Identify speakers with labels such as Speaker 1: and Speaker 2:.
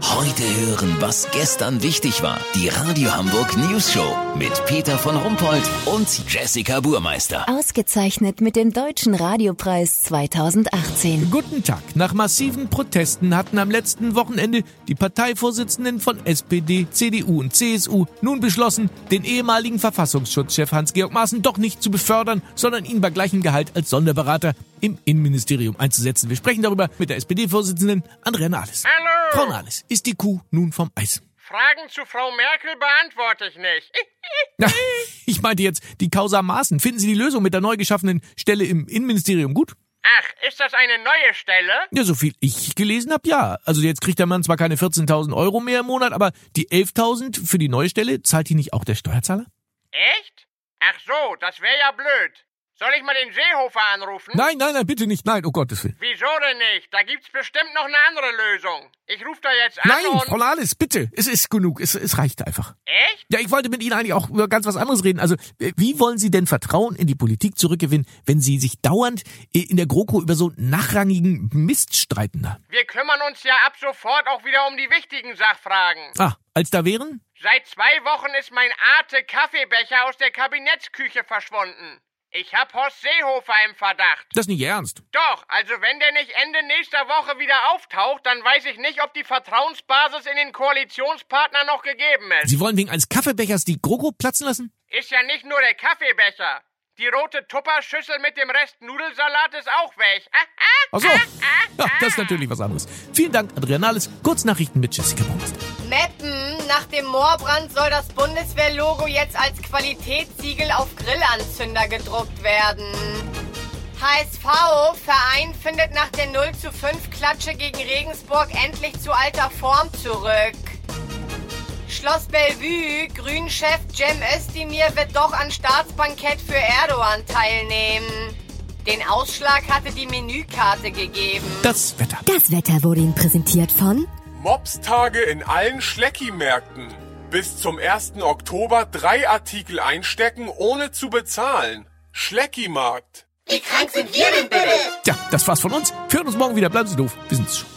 Speaker 1: Heute hören, was gestern wichtig war. Die Radio Hamburg News Show mit Peter von Rumpold und Jessica Burmeister.
Speaker 2: Ausgezeichnet mit dem Deutschen Radiopreis 2018.
Speaker 3: Guten Tag. Nach massiven Protesten hatten am letzten Wochenende die Parteivorsitzenden von SPD, CDU und CSU nun beschlossen, den ehemaligen Verfassungsschutzchef Hans-Georg Maaßen doch nicht zu befördern, sondern ihn bei gleichem Gehalt als Sonderberater im Innenministerium einzusetzen. Wir sprechen darüber mit der SPD-Vorsitzenden Andrea Nahles.
Speaker 4: Hallo.
Speaker 3: Frau Nahles, ist die Kuh nun vom Eis?
Speaker 4: Fragen zu Frau Merkel beantworte ich nicht.
Speaker 3: Na, ich meinte jetzt die Causa Maaßen. Finden Sie die Lösung mit der neu geschaffenen Stelle im Innenministerium gut?
Speaker 4: Ach, ist das eine neue Stelle?
Speaker 3: Ja, so viel ich gelesen hab, ja. Also jetzt kriegt der Mann zwar keine 14.000 Euro mehr im Monat, aber die 11.000 für die neue Stelle zahlt die nicht auch der Steuerzahler?
Speaker 4: Echt? Ach so, das wäre ja blöd. Soll ich mal den Seehofer anrufen?
Speaker 3: Nein, nein, nein, bitte nicht, nein, oh Gottes Willen.
Speaker 4: Wieso denn nicht? Da gibt's bestimmt noch eine andere Lösung. Ich rufe da jetzt an
Speaker 3: Nein,
Speaker 4: und...
Speaker 3: Frau Lahles, bitte, es ist genug, es, es reicht einfach.
Speaker 4: Echt?
Speaker 3: Ja, ich wollte mit Ihnen eigentlich auch über ganz was anderes reden. Also, äh, wie wollen Sie denn Vertrauen in die Politik zurückgewinnen, wenn Sie sich dauernd äh, in der GroKo über so nachrangigen Mist streiten da?
Speaker 4: Wir kümmern uns ja ab sofort auch wieder um die wichtigen Sachfragen.
Speaker 3: Ah, als da wären?
Speaker 4: Seit zwei Wochen ist mein Arte-Kaffeebecher aus der Kabinettsküche verschwunden. Ich hab Horst Seehofer im Verdacht.
Speaker 3: Das ist nicht Ihr Ernst.
Speaker 4: Doch, also wenn der nicht Ende nächster Woche wieder auftaucht, dann weiß ich nicht, ob die Vertrauensbasis in den Koalitionspartner noch gegeben ist.
Speaker 3: Sie wollen wegen eines Kaffeebechers die GroKo platzen lassen?
Speaker 4: Ist ja nicht nur der Kaffeebecher. Die rote Tupperschüssel mit dem Rest Nudelsalat ist auch weg. Ah, ah,
Speaker 3: Ach so.
Speaker 4: ah, ah,
Speaker 3: Ja, das ist
Speaker 4: ah.
Speaker 3: natürlich was anderes. Vielen Dank, Adrian Nahles. Kurznachrichten mit Jessica Baumeister.
Speaker 5: Meppen, nach dem Moorbrand soll das Bundeswehrlogo jetzt als Qualitätssiegel auf Grillanzünder gedruckt werden. HSV, Verein findet nach der 0 zu 5 Klatsche gegen Regensburg endlich zu alter Form zurück. Schloss Bellevue, Grünchef Cem Özdemir wird doch an Staatsbankett für Erdogan teilnehmen. Den Ausschlag hatte die Menükarte gegeben.
Speaker 3: Das Wetter.
Speaker 2: Das Wetter wurde Ihnen präsentiert von
Speaker 6: Mobstage in allen Schlecki-Märkten. Bis zum 1. Oktober drei Artikel einstecken, ohne zu bezahlen. Schlecki-Markt.
Speaker 3: Ja, das war's von uns. Wir hören uns morgen wieder. Bleiben Sie doof. Wir sind's schon.